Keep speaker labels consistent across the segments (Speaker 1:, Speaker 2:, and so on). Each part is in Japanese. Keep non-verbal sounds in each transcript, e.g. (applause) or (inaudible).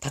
Speaker 1: 多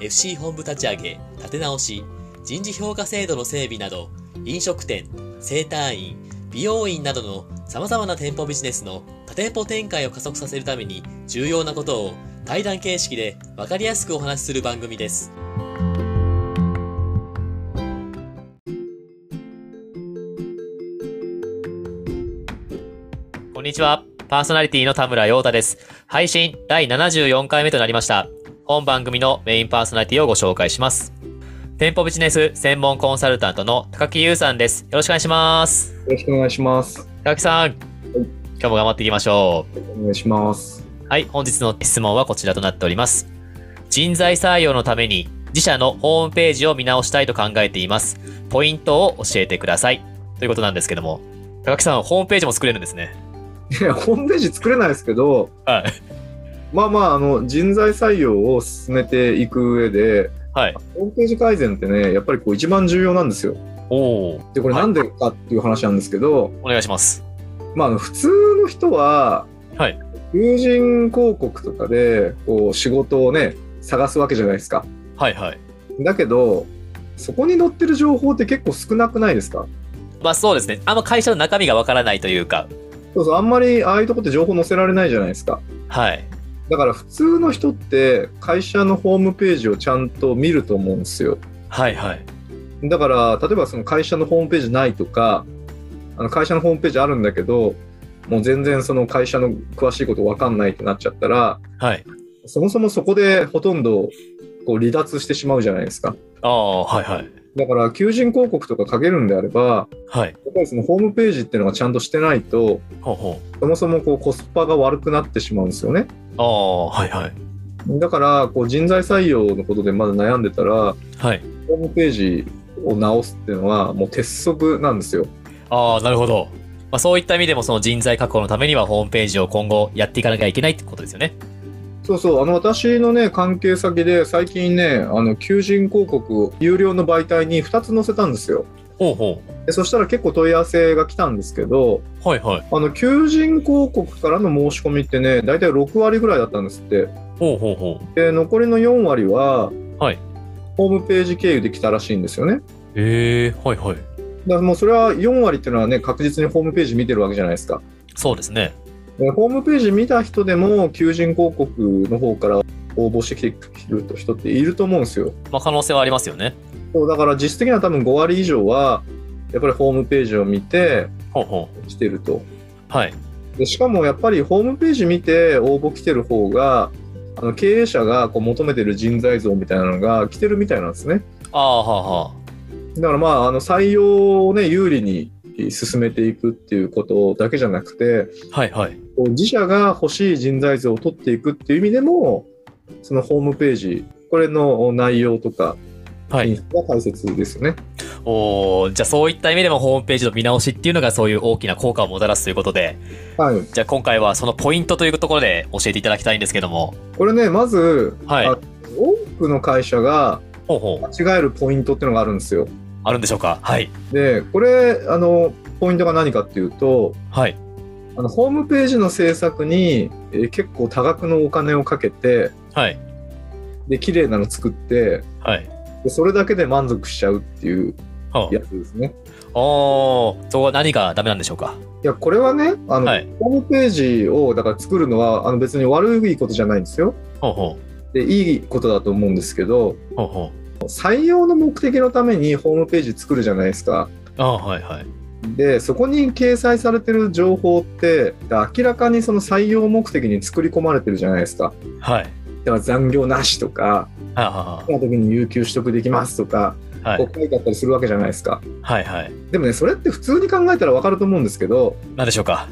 Speaker 1: FC 本部立ち上げ立て直し人事評価制度の整備など飲食店整体院美容院などの様々な店舗ビジネスの多店舗展開を加速させるために重要なことを対談形式で分かりやすくお話しする番組です。こんにちは。パーソナリティの田村陽太です。配信第74回目となりました。本番組のメインパーソナリティをご紹介します。店舗ビジネス専門コンサルタントの高木優さんです。よろしくお願いします。
Speaker 2: よろしくお願いします。
Speaker 1: 高木さん、今日も頑張っていきましょう。
Speaker 2: お願いします。
Speaker 1: はい、本日の質問はこちらとなっております。人材採用のために自社のホームページを見直したいと考えています。ポイントを教えてください。ということなんですけども、高木さん、ホームページも作れるんですね。
Speaker 2: いや、ホームページ作れないですけど、
Speaker 1: はい。
Speaker 2: まあまあ、あの、人材採用を進めていく上で、
Speaker 1: はい。
Speaker 2: ホームページ改善ってね、やっぱりこう一番重要なんですよ。
Speaker 1: おー、
Speaker 2: で、これ
Speaker 1: はい
Speaker 2: なんでかっていう話なんですけど、
Speaker 1: お願いします。
Speaker 2: まああの、普通の人は、
Speaker 1: はい
Speaker 2: 求人広告とかで、こう、仕事をね、探すわけじゃないですか。
Speaker 1: はいはい。
Speaker 2: だけど、そこに載ってる情報って結構少なくないですか
Speaker 1: まあそうですね。あんま会社の中身がわからないというか。
Speaker 2: そうそう、あんまりああいうとこって情報載せられないじゃないですか。
Speaker 1: はい。
Speaker 2: だから普通の人って会社のホームページをちゃんと見ると思うんですよ。
Speaker 1: はいはい。
Speaker 2: だから例えばその会社のホームページないとかあの会社のホームページあるんだけどもう全然その会社の詳しいこと分かんないってなっちゃったら
Speaker 1: はい。
Speaker 2: そもそもそこでほとんどこう離脱してしまうじゃないですか。
Speaker 1: ああ、はいはい。
Speaker 2: だから求人広告とかかけるんであれば
Speaker 1: はい。
Speaker 2: やっぱりそのホームページっていうのがちゃんとしてないと
Speaker 1: ほうほ
Speaker 2: そもそもこうコスパが悪くなってしまうんですよね。
Speaker 1: う。ああ、はいはい。
Speaker 2: だからこう人材採用のことでまだ悩んでたら
Speaker 1: はい。
Speaker 2: ホームページを直すっていうのはもう鉄則なんですよ。
Speaker 1: ああ、なるほど。まあそういった意味でもその人材確保のためにはホームページを今後やっていかなきゃいけないってことですよね。
Speaker 2: そうそう、あの私のね、関係先で最近ね、あの求人広告を有料の媒体に2つ載せたんですよ。
Speaker 1: ほうほ
Speaker 2: でそしたら結構問い合わせが来たんですけど、
Speaker 1: う。はいはい。
Speaker 2: あの求人広告からの申し込みってね、大体6割ぐらいだったんですって。
Speaker 1: ほうほうほう。
Speaker 2: で、残りの4割は、
Speaker 1: はい
Speaker 2: ホームページ経由で来たらしいんですよね。
Speaker 1: ええはいはい。
Speaker 2: だからもうそれは4割っていうのはね、確実にホームページ見てるわけじゃないですか。
Speaker 1: そうですね。
Speaker 2: えーホームページ見た人でも求人広告の方から応募してきてる人っていると思うんですよ。
Speaker 1: まあ可能性はありますよね。
Speaker 2: そうだから実質的には多分5割以上はやっぱりホームページを見て
Speaker 1: ほうほう。
Speaker 2: 来てると。
Speaker 1: はい。
Speaker 2: でしかもやっぱりホームページ見て応募来てる方があの経営者がこう求めてる人材像みたいなのが来てるみたいなんですね。
Speaker 1: ああ、はあは
Speaker 2: だからまああの採用をね有利に進めていくっていうことだけじゃなくて
Speaker 1: あ。はいはい。
Speaker 2: こう自社が欲しい人材像を取っていくっていう意味でもそのホームページこれの内容とか
Speaker 1: は
Speaker 2: 品
Speaker 1: い。
Speaker 2: 質が大切ですよね、
Speaker 1: おーじゃあそういった意味でもホームページの見直しっていうのがそういう大きな効果をもたらすということで、
Speaker 2: はい
Speaker 1: じゃあ今回はそのポイントというところで教えていただきたいんですけども。
Speaker 2: これねまず、
Speaker 1: はい
Speaker 2: あ。多くの会社が
Speaker 1: ほうほう。
Speaker 2: 間違えるポイントっていうのがあるんですよ
Speaker 1: あるんでしょうかはい。
Speaker 2: でこれあのポイントが何かっていうと
Speaker 1: はい。
Speaker 2: あのホームページの制作に、えー結構多額のお金をかけて
Speaker 1: はい。
Speaker 2: で綺麗なの作って
Speaker 1: はい。
Speaker 2: でそれだけで満足しちゃうっていう
Speaker 1: は
Speaker 2: やつですね
Speaker 1: あ、おーそこは何がダメなんでしょうか
Speaker 2: いやこれはねあの、
Speaker 1: はい。
Speaker 2: ホームページをだから作るのはあの別に悪いことじゃないんですよ。
Speaker 1: ほうほ
Speaker 2: でいいことだと思うんですけど
Speaker 1: う。ほうほ
Speaker 2: 採用の目的のためにホームページ作るじゃないですか。
Speaker 1: う。あーはいはい。
Speaker 2: でそこに掲載されてる情報って明らかにその採用目的に作り込まれてるじゃないですか。
Speaker 1: はい。
Speaker 2: だから残業なしとか
Speaker 1: はあは
Speaker 2: この時に有給取得できますとか、
Speaker 1: あは
Speaker 2: こ
Speaker 1: い。
Speaker 2: う書いてあったりするわけじゃないですか。
Speaker 1: はいはい。
Speaker 2: でもねそれって普通に考えたら分かると思うんですけど
Speaker 1: 何でしょうか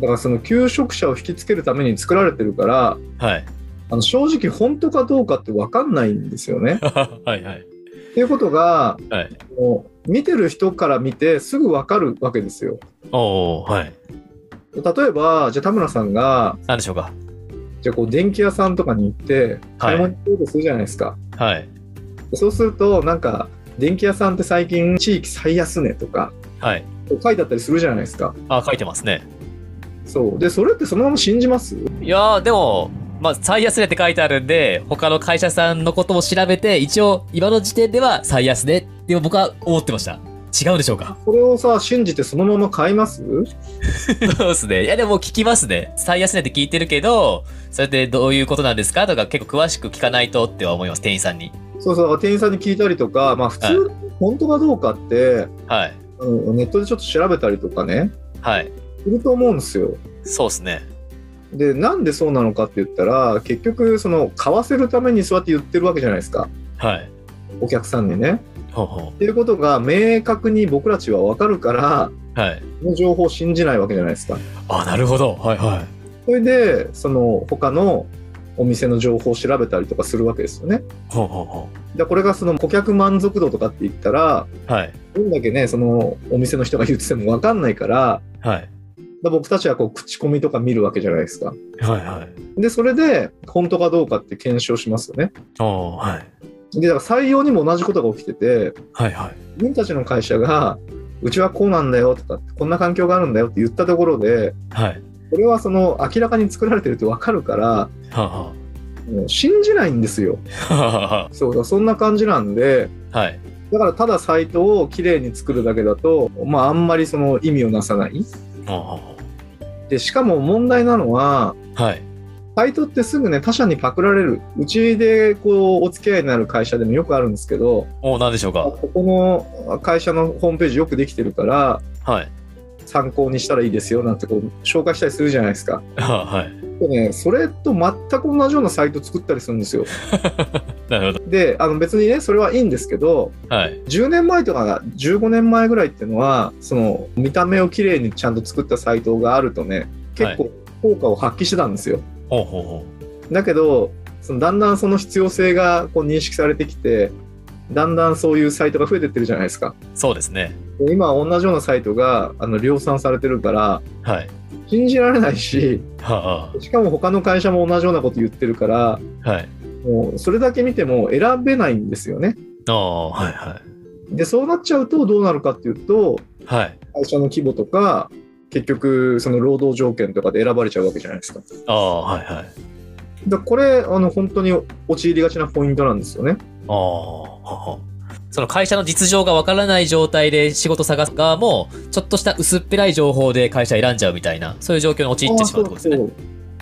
Speaker 2: だからその求職者を引きつけるために作られてるから
Speaker 1: はい。 (laughs)
Speaker 2: あの正直本当かどうかって分かんないんですよね。
Speaker 1: はいはい。
Speaker 2: っていうことが、
Speaker 1: はい
Speaker 2: もう見てる人から見てすぐ分かるわけですよ。
Speaker 1: おおはい。
Speaker 2: 例えばじゃあ田村さんが
Speaker 1: なんでしょうか。
Speaker 2: じゃあこう電気屋さんとかに行って買い物行こうとするじゃないですか。
Speaker 1: はい。
Speaker 2: そうするとなんか電気屋さんって最近地域最安値とか
Speaker 1: はい。
Speaker 2: こう書いてあったりするじゃないですか。
Speaker 1: あ、書いてますね。
Speaker 2: そうでそれってそのまま信じます
Speaker 1: いやー、でも、まあ、最安値って書いてあるんで、他の会社さんのことも調べて、一応、今の時点では最安値って僕は思ってました。違うでしょうか
Speaker 2: これをさ信じてそのまま買います
Speaker 1: そうですね。いや、でも聞きますね。最安値って聞いてるけど、それってどういうことなんですかとか結構詳しく聞かないとっては思います、店員さんに。
Speaker 2: そうそう店員さんに聞いたりとか、まあ、普通本当かどうかって、
Speaker 1: はい。
Speaker 2: うんネットでちょっと調べたりとかね
Speaker 1: はい。
Speaker 2: すると思うんですよ。
Speaker 1: そうですね。
Speaker 2: でなんでそうなのかって言ったら結局その買わせるためにそうやって言ってるわけじゃないですか
Speaker 1: はい。
Speaker 2: お客さんにね。
Speaker 1: ほうほ
Speaker 2: っていうことが明確に僕たちは分かるから
Speaker 1: う。はい。
Speaker 2: その情報を信じないわけじゃないですか。
Speaker 1: あ、なるほど。はいは
Speaker 2: それでその他のお店の情報を調べたりとかするわけですよね。
Speaker 1: い。ほうほうほ
Speaker 2: でこれがその顧客満足度とかって言ったら
Speaker 1: う。はい。
Speaker 2: どんだけねそのお店の人が言ってても分かんないから
Speaker 1: はい。
Speaker 2: だ僕たちはこう口コミとか見るわけじゃないですか。
Speaker 1: はいはい。
Speaker 2: でそれで本当かどうかって検証しますよね。
Speaker 1: おーはい。
Speaker 2: でだから採用にも同じことが起きてて
Speaker 1: はいはい。
Speaker 2: 自分たちの会社がうちはこうなんだよとかこんな環境があるんだよって言ったところで
Speaker 1: はい。
Speaker 2: これはその明らかに作られてるって分かるから
Speaker 1: はあは
Speaker 2: もう信じないんですよ。
Speaker 1: あ。はあは
Speaker 2: そうだそんな感じなんで
Speaker 1: あ。はい。
Speaker 2: だからただサイトをきれいに作るだけだと、まあ、あんまりその意味をなさない。
Speaker 1: おお
Speaker 2: でしかも問題なのは
Speaker 1: はい。
Speaker 2: サイトってすぐね他社にパクられるうちでこうお付き合いになる会社でもよくあるんですけど
Speaker 1: おなんでしょうか。
Speaker 2: あここの会社のホームページよくできてるから
Speaker 1: はい。
Speaker 2: 参考にしたらいいですよなんてこう紹介したりするじゃないですか
Speaker 1: はい。
Speaker 2: で、ね、それと全く同じようなサイト作ったりするんですよ
Speaker 1: (laughs) なるほ
Speaker 2: であの別にねそれはいいんですけど
Speaker 1: ど。はい。
Speaker 2: 10年前とか15年前ぐらいっていうのはその見た目をきれいにちゃんと作ったサイトがあるとね結構効果を発揮してたんですよ、
Speaker 1: ほうほうほ
Speaker 2: だけどそのだんだんその必要性がこう認識されてきてだんだんそういうサイトが増えてってるじゃないですか
Speaker 1: う。そうですね。
Speaker 2: で今は同じようなサイトがあの量産されてるから
Speaker 1: はい。
Speaker 2: 信じられないし
Speaker 1: は
Speaker 2: しかも他の会社も同じようなこと言ってるから
Speaker 1: あ。はい。
Speaker 2: もうそれだけ見ても選べないんですよね
Speaker 1: ああ、はいは
Speaker 2: でそうなっちゃうとどうなるかっていうと
Speaker 1: い。はい。
Speaker 2: 会社の規模とか結局その労働条件とかで選ばれちゃうわけじゃないですか
Speaker 1: ああ、はいはい。
Speaker 2: だこれあの本当に陥りがちなポイントなんですよね
Speaker 1: ああ、はは。その会社の実情がわからない状態で仕事探す側も、ちょっとした薄っぺらい情報で会社選んじゃうみたいな、そういう状況に陥ってしまうってことです
Speaker 2: あ
Speaker 1: ね。
Speaker 2: ーそ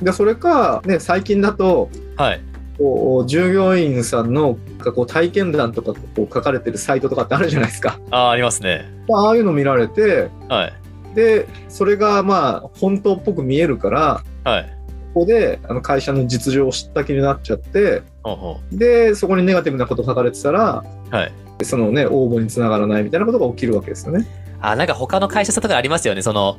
Speaker 2: うでそれか、ね、最近だと
Speaker 1: はい。
Speaker 2: こう従業員さんのこう体験談とかこう書かれてるサイトとかってあるじゃないですか
Speaker 1: ああ、ありますね。
Speaker 2: ああいうの見られて
Speaker 1: はい。
Speaker 2: でそれがまあ本当っぽく見えるから
Speaker 1: はい。
Speaker 2: ここであの会社の実情を知った気になっちゃって
Speaker 1: ほうほ
Speaker 2: でそこにネガティブなこと書かれてたら
Speaker 1: う。はい。
Speaker 2: そのね応募につながらないみたいなことが起きるわけですよね。
Speaker 1: あ、なんか他の会社さんとかありますよね。その、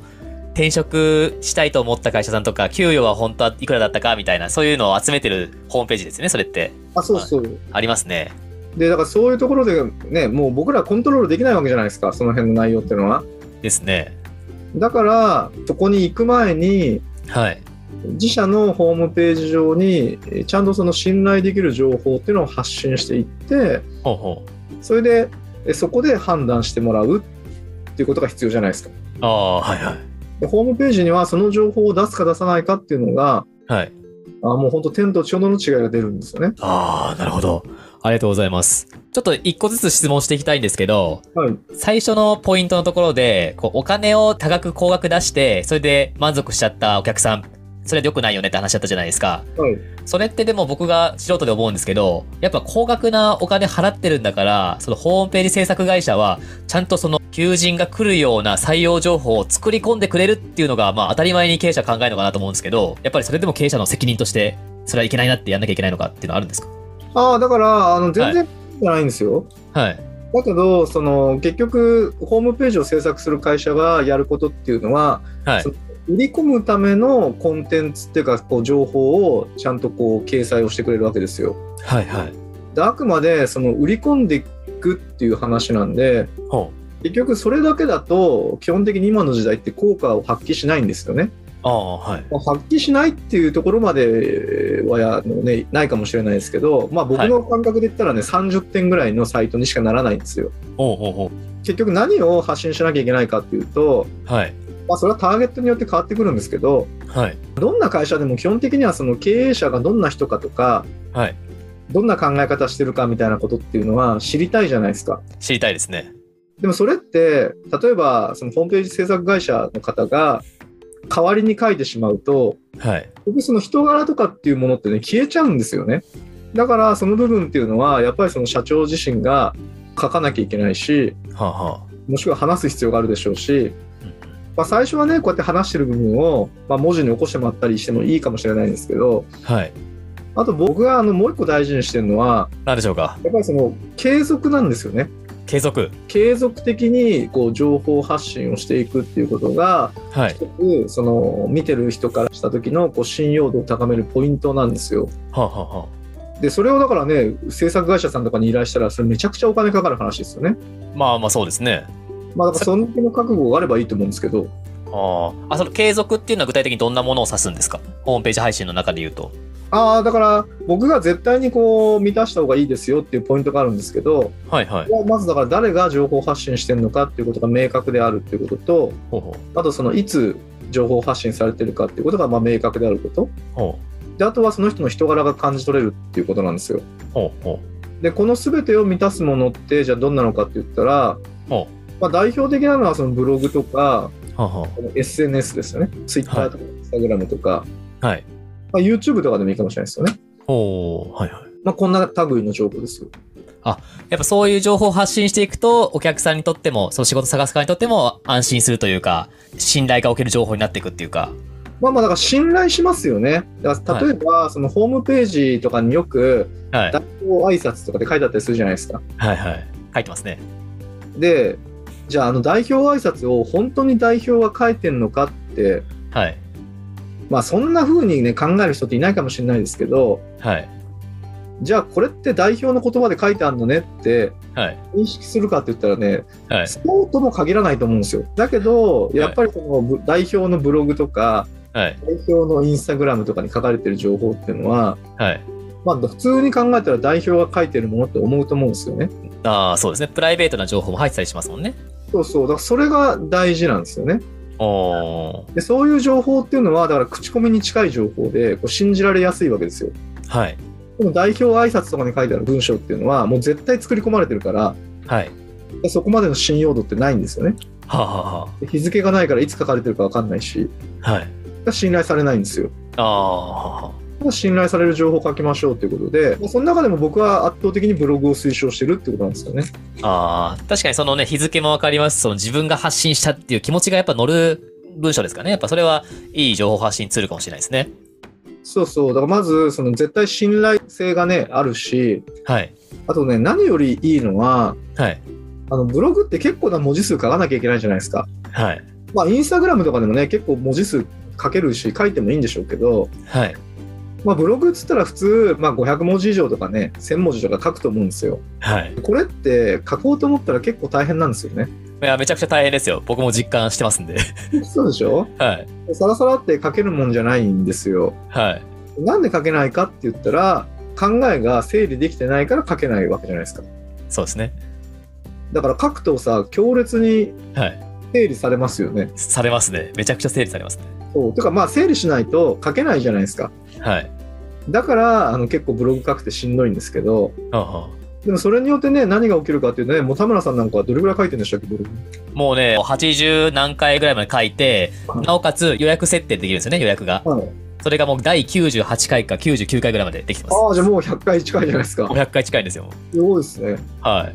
Speaker 1: 転職したいと思った会社さんとか、給与は本当はいくらだったかみたいな、そういうのを集めてるホームページですね、それって。
Speaker 2: あそうそう、
Speaker 1: ありますね。
Speaker 2: でだからそういうところでねもう僕らコントロールできないわけじゃないですかその辺の内容っていうのは。
Speaker 1: ですね。
Speaker 2: だからそこに行く前に
Speaker 1: はい。
Speaker 2: 自社のホームページ上にえーちゃんとその信頼できる情報っていうのを発信していって
Speaker 1: ほうほ
Speaker 2: それでえそこで判断してもらうっていうことが必要じゃないですか。
Speaker 1: う。ああ、はいはい。
Speaker 2: でホームページにはその情報を出すか出さないかっていうのが
Speaker 1: はい。
Speaker 2: あもう本当天と地ほどの違いが出るんですよね。
Speaker 1: ああ、なるほど。ありがとうございます。ちょっと一個ずつ質問していきたいんですけど、
Speaker 2: はい、
Speaker 1: 最初のポイントのところで、こうお金を多額高額出して、それで満足しちゃったお客さん、それで良くないよねって話だったじゃないですか。
Speaker 2: はい
Speaker 1: それってでも僕が素人で思うんですけど、やっぱ高額なお金払ってるんだから、そのホームページ制作会社は、ちゃんとその求人が来るような採用情報を作り込んでくれるっていうのが、まあ当たり前に経営者考えるのかなと思うんですけど、やっぱりそれでも経営者の責任として、それはいけないなってやんなきゃいけないのかっていうのはあるんですか
Speaker 2: ああだからあの全然じゃないんですよ。
Speaker 1: はい。
Speaker 2: だけどその結局ホームページを制作する会社がやることっていうのは
Speaker 1: はい
Speaker 2: そ。売り込むためのコンテンツっていうかこう情報をちゃんとこう掲載をしてくれるわけですよ。
Speaker 1: はいはい。
Speaker 2: であくまでその売り込んでいくっていう話なんで
Speaker 1: ほ
Speaker 2: 結局それだけだと基本的に今の時代って効果を発揮しないんですよね。
Speaker 1: う。ああ、はい。
Speaker 2: まあ発揮しないっていうところまではや、ね、ないかもしれないですけど、まあ、僕の感覚で言ったらね、30点ぐらいのサイトにしかならないんですよ。
Speaker 1: おうおうおう。
Speaker 2: 結局何を発信しなきゃいけないかっていうと、
Speaker 1: はい。
Speaker 2: まあ、それはターゲットによって変わってくるんですけど
Speaker 1: はい。
Speaker 2: どんな会社でも基本的にはその経営者がどんな人かとか
Speaker 1: はい。
Speaker 2: どんな考え方してるかみたいなことっていうのは知りたいじゃないですか。
Speaker 1: 知りたいですね。
Speaker 2: でもそれって例えばそのホームページ制作会社の方が代わりに書いてしまうと
Speaker 1: はい。
Speaker 2: 結局その人柄とかっていうものってね消えちゃうんですよね。だからその部分っていうのはやっぱりその社長自身が書かなきゃいけないし
Speaker 1: はあ、は
Speaker 2: もしくは話す必要があるでしょうし
Speaker 1: あ。うん
Speaker 2: まあ、最初はねこうやって話してる部分を、まあ、文字に起こしてもらったりしてもいいかもしれないんですけど
Speaker 1: はい。
Speaker 2: あと僕があのもう一個大事にしてるのは
Speaker 1: なんでしょうか。
Speaker 2: やっぱりその継続なんですよね
Speaker 1: 継続。
Speaker 2: 継続的にこう情報発信をしていくっていうことが
Speaker 1: はい。
Speaker 2: 一つその見てる人からした時のこう信用度を高めるポイントなんですよ。
Speaker 1: はあ、はあは
Speaker 2: でそれをだからね制作会社さんとかに依頼したらそれめちゃくちゃお金かかる話ですよね。
Speaker 1: あ、まあまあそうですね。
Speaker 2: まあだからその時の覚悟があればいいと思うんですけど
Speaker 1: ああ。あ、その継続っていうのは具体的にどんなものを指すんですかホームページ配信の中で言うと。
Speaker 2: ああだから僕が絶対にこう満たした方がいいですよっていうポイントがあるんですけど
Speaker 1: はいはい。
Speaker 2: まずだから誰が情報発信してるのかっていうことが明確であるっていうことと
Speaker 1: ほうほ
Speaker 2: あとそのいつ情報発信されてるかっていうことがまあ明確であること
Speaker 1: う。ほ
Speaker 2: であとはその人の人柄が感じ取れるっていうことなんですよ
Speaker 1: う。ほうほ
Speaker 2: でこの全てを満たすものってじゃあどんなのかって言ったら、
Speaker 1: う。ほ
Speaker 2: まあ、代表的なのはそのブログとか
Speaker 1: う。はあ、は
Speaker 2: この SNS ですよね Twitter とか Instagram とか、
Speaker 1: あ。はい。
Speaker 2: まあ、YouTube とかでもいいかもしれないですよね、
Speaker 1: ほう。はいはい。
Speaker 2: まあ、こんな類の情報ですよ
Speaker 1: やっぱそういう情報を発信していくと、お客さんにとっても、その仕事探す側にとっても安心するというか、信頼がおける情報になっていくっていうか。
Speaker 2: まあまあだから信頼しますよねだから例えば、そのホームページとかによく
Speaker 1: はい。
Speaker 2: 代表挨拶とかで書いてあったりするじゃないですか
Speaker 1: はいはい。書いてますね。
Speaker 2: でじゃああの代表挨拶を本当に代表が書いてんのかって
Speaker 1: はい。
Speaker 2: まあそんな風にね考える人っていないかもしれないですけど
Speaker 1: はい。
Speaker 2: じゃあこれって代表の言葉で書いてあるのねって
Speaker 1: はい。
Speaker 2: 認識するかって言ったらね
Speaker 1: はい。
Speaker 2: そうとも限らないと思うんですよだけどやっぱりそのぶ代表のブログとか
Speaker 1: はい。
Speaker 2: 代表のインスタグラムとかに書かれてる情報っていうのは
Speaker 1: はい。
Speaker 2: まあ普通に考えたら代表が書いてるものって思うと思うんですよね
Speaker 1: ああ、そうですね。プライベートな情報も入ってたりしますもんね。
Speaker 2: そうそうだからそれが大事なんですよね
Speaker 1: おー。
Speaker 2: でそういう情報っていうのはだから口コミに近い情報でこう信じられやすいわけですよ
Speaker 1: はい。
Speaker 2: でも代表挨拶とかに書いてある文章っていうのはもう絶対作り込まれてるから
Speaker 1: はい。
Speaker 2: でそこまでの信用度ってないんですよね
Speaker 1: はあ、は
Speaker 2: で日付がないからいつ書かれてるか分かんないし
Speaker 1: あ、はい。
Speaker 2: だから信頼されないんですよ
Speaker 1: ああ、はあは
Speaker 2: ただ信頼される情報を書きましょうということで、まあその中でも僕は圧倒的にブログを推奨してるってことなんですよね
Speaker 1: ああー、確かにそのね、日付もわかります。その自分が発信したっていう気持ちがやっぱ乗る文章ですかね。やっぱそれはいい情報発信ツールかもしれないですね。
Speaker 2: そうそうだからまずその絶対信頼性がねあるし
Speaker 1: はい。
Speaker 2: あとね何よりいいのは
Speaker 1: はい。
Speaker 2: あのブログって結構な文字数書かなきゃいけないじゃないですか
Speaker 1: はい。
Speaker 2: まあ、インスタグラムとかでもね、結構文字数書けるし、書いてもいいんでしょうけど、
Speaker 1: はい。
Speaker 2: まあ、ブログっつったら普通、まあ、500文字以上とかね、1000文字とか書くと思うんですよ。
Speaker 1: はい。
Speaker 2: これって書こうと思ったら結構大変なんですよね。
Speaker 1: いや、めちゃくちゃ大変ですよ。僕も実感してますんで。
Speaker 2: そうでしょ
Speaker 1: はい。
Speaker 2: さらさらって書けるもんじゃないんですよ。
Speaker 1: はい。
Speaker 2: なんで書けないかって言ったら、考えが整理できてないから書けないわけじゃないですか。
Speaker 1: そうですね。
Speaker 2: だから書くとさ、強烈に
Speaker 1: はい。
Speaker 2: 整理されますよね。
Speaker 1: されますね。めちゃくちゃ整理されますね。
Speaker 2: そう。てかまあ整理しないと書けないじゃないですか。
Speaker 1: はい。
Speaker 2: だから、あの結構ブログ書くってしんどいんですけど、
Speaker 1: ああ
Speaker 2: でもそれによってね、何が起きるかっていうとね、もう田村さんなんかはどれぐらい書いてるんでしたっけ、ブログ
Speaker 1: もうね、80何回ぐらいまで書いて、
Speaker 2: はい
Speaker 1: なおかつ予約設定できるんですよね、予約が。
Speaker 2: はい、
Speaker 1: それがもう第98回か99回ぐらいまでできてます。
Speaker 2: ああ、じゃあもう100回近いじゃないですか。
Speaker 1: 500回近いんですよ。
Speaker 2: すごいですね。
Speaker 1: はい。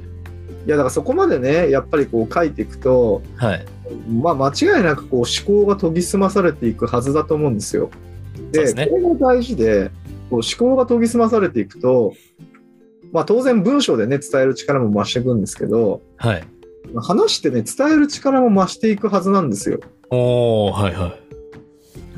Speaker 2: いや、だからそこまでね、やっぱりこう書いていくと、
Speaker 1: はい。
Speaker 2: まあ間違いなくこう思考が研ぎ澄まされていくはずだと思うんですよ。
Speaker 1: そう
Speaker 2: で、
Speaker 1: ですね
Speaker 2: これが大事で、こう思考が研ぎ澄まされていくと、まあ当然文章でね、伝える力も増していくんですけど、
Speaker 1: はい。
Speaker 2: 話してね、伝える力も増していくはずなんですよ。
Speaker 1: おー、はいは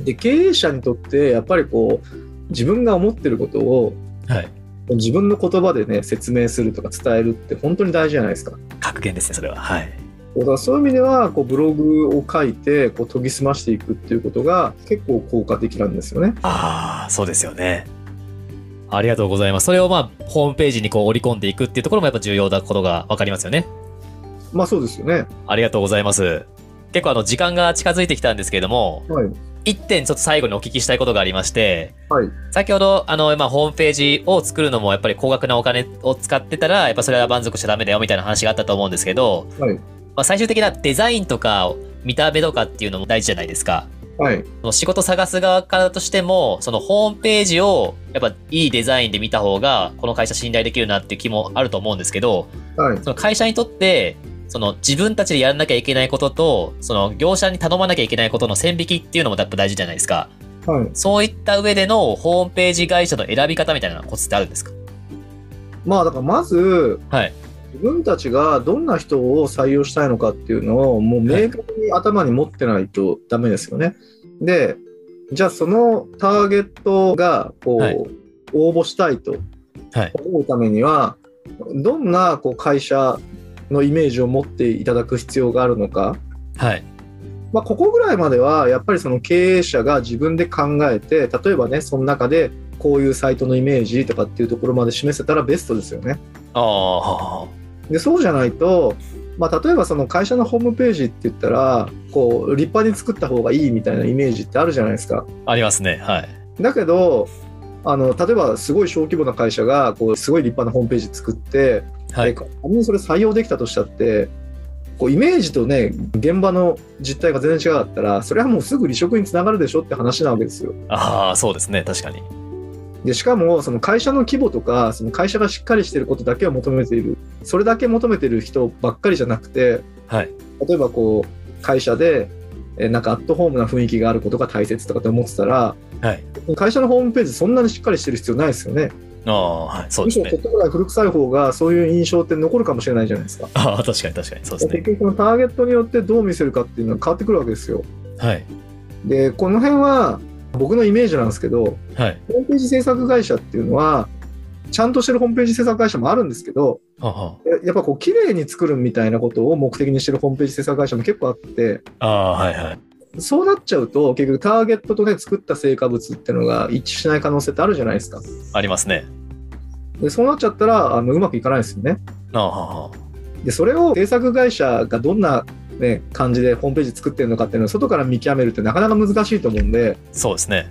Speaker 1: い。
Speaker 2: で経営者にとってやっぱりこう自分が思ってることを
Speaker 1: はい。
Speaker 2: 自分の言葉でね説明するとか伝えるって本当に大事じゃないですか。
Speaker 1: 格言ですね、それは。はい。
Speaker 2: だからそういう意味ではこうブログを書いてこう研ぎ澄ましていくっていうことが結構効果的なんですよね。
Speaker 1: ああ、そうですよね。ありがとうございます。それをまあ、ホームページにこう織り込んでいくっていうところもやっぱ重要なことがわかりますよね。
Speaker 2: まあそうですよね。
Speaker 1: ありがとうございます。結構あの、時間が近づいてきたんですけれども、
Speaker 2: はい。
Speaker 1: 一点ちょっと最後にお聞きしたいことがありまして、
Speaker 2: はい。
Speaker 1: 先ほど、あの、まあ、ホームページを作るのもやっぱり高額なお金を使ってたら、やっぱそれは満足しちゃダメだよみたいな話があったと思うんですけど、
Speaker 2: はい。
Speaker 1: まあ、最終的なデザインとか、見た目とかっていうのも大事じゃないですか。
Speaker 2: はい。
Speaker 1: その仕事探す側からとしても、そのホームページをやっぱいいデザインで見た方が、この会社信頼できるなっていう気もあると思うんですけど、
Speaker 2: はい。
Speaker 1: その会社にとって、その自分たちでやらなきゃいけないことと、その業者に頼まなきゃいけないことの線引きっていうのもやっぱ大事じゃないですか。
Speaker 2: はい。
Speaker 1: そういった上でのホームページ会社の選び方みたいなコツってあるんですか
Speaker 2: まあだからまず、
Speaker 1: はい
Speaker 2: 自分たちがどんな人を採用したいのかっていうのをもう明確に頭に持ってないとダメですよね。でじゃあそのターゲットがこう、
Speaker 1: はい
Speaker 2: 応募したいと
Speaker 1: はい。
Speaker 2: 思うためにはどんなこう会社のイメージを持っていただく必要があるのか、
Speaker 1: はい。
Speaker 2: まあ、ここぐらいまではやっぱりその経営者が自分で考えて例えばねその中でこういうサイトのイメージとかっていうところまで示せたらベストですよね。
Speaker 1: ああ、
Speaker 2: でそうじゃないと、まあ、例えばその会社のホームページって言ったらこう立派に作った方がいいみたいなイメージってあるじゃないですか。
Speaker 1: ありますね。はい。
Speaker 2: だけどあの例えばすごい小規模な会社がこうすごい立派なホームページ作って、
Speaker 1: は
Speaker 2: で
Speaker 1: い。
Speaker 2: 仮にそれ採用できたとしたってこうイメージとね現場の実態が全然違かったらそれはもうすぐ離職につながるでしょって話なわけですよ。
Speaker 1: ああ、そうですね。確かに。
Speaker 2: でしかもその会社の規模とかその会社がしっかりしてることだけを求めているそれだけ求めてる人ばっかりじゃなくて
Speaker 1: はい。
Speaker 2: 例えばこう会社でえーなんかアットホームな雰囲気があることが大切とかって思ってたら
Speaker 1: はい。
Speaker 2: 会社のホームページそんなにしっかりしてる必要ないですよね
Speaker 1: ああ、はい。そう
Speaker 2: む
Speaker 1: です
Speaker 2: しろち
Speaker 1: ね
Speaker 2: ょっ。とぐらい古臭い方がそういう印象って残るかもしれないじゃないですか
Speaker 1: ああ、確かに確かに。そうです
Speaker 2: 結
Speaker 1: ね。
Speaker 2: 局そのターゲットによってどう見せるかっていうのは変わってくるわけですよ
Speaker 1: はい。
Speaker 2: でこの辺は僕のイメージなんですけど
Speaker 1: はい。
Speaker 2: ホームページ制作会社っていうのはちゃんとしてるホームページ制作会社もあるんですけど
Speaker 1: はあは
Speaker 2: ややっぱこう綺麗に作るみたいなことを目的にしてるホームページ制作会社も結構あって
Speaker 1: あああ、はいはい。
Speaker 2: そうなっちゃうと結局ターゲットとね作った成果物ってのが一致しない可能性ってあるじゃないですか
Speaker 1: ありますね。
Speaker 2: でそうなっちゃったらあのうまくいかないですよね
Speaker 1: ああ、は
Speaker 2: でそれを制作会社がどんな、ね、感じでホームページ作ってるのかっていうのを外から見極めるってなかなか難しいと思うんで
Speaker 1: あ、そうですね。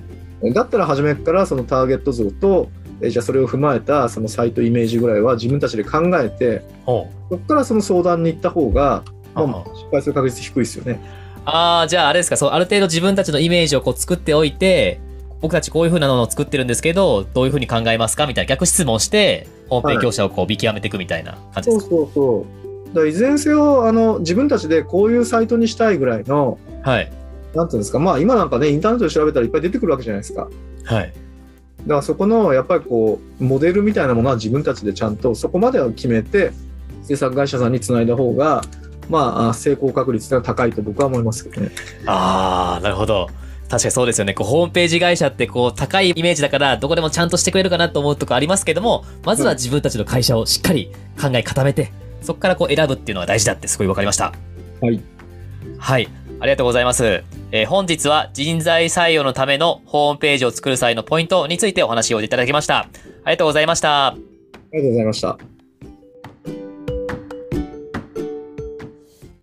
Speaker 2: だったら初めからそのターゲット像とえじゃあそれを踏まえたそのサイトイメージぐらいは自分たちで考えて
Speaker 1: ほ
Speaker 2: そこからその相談に行った方が、まあ
Speaker 1: ああ
Speaker 2: 失敗する確率低いですよね。
Speaker 1: う。ああ、じゃああれですか、そう、ある程度自分たちのイメージをこう作っておいて、僕たちこういう風なのを作ってるんですけど、どういう風に考えますかみたいな逆質問して、ホームページ業者をこう見極めていくみたいな感じで
Speaker 2: そう
Speaker 1: すか。
Speaker 2: そうそうだからいずれにせよあの自分たちでこういうサイトにしたいぐらいの
Speaker 1: はい。
Speaker 2: なんていうんですか、まあ、今なんかね、インターネットで調べたらいっぱい出てくるわけじゃないですか。
Speaker 1: はい。
Speaker 2: だからそこのやっぱりこう、モデルみたいなものは自分たちでちゃんとそこまでは決めて、制作会社さんにつないだ方が、まあ、成功確率が高いと僕は思いますけどね。
Speaker 1: ああ、なるほど。確かにそうですよね。こうホームページ会社ってこう高いイメージだから、どこでもちゃんとしてくれるかなと思うとこありますけども、まずは自分たちの会社をしっかり考え固めて、そこからこう選ぶっていうのは大事だってすごい分かりました。
Speaker 2: はい。
Speaker 1: はい。ありがとうございます。えー本日は人材採用のためのホームページを作る際のポイントについてお話をいただきました。ありがとうございました。
Speaker 2: ありがとうございました。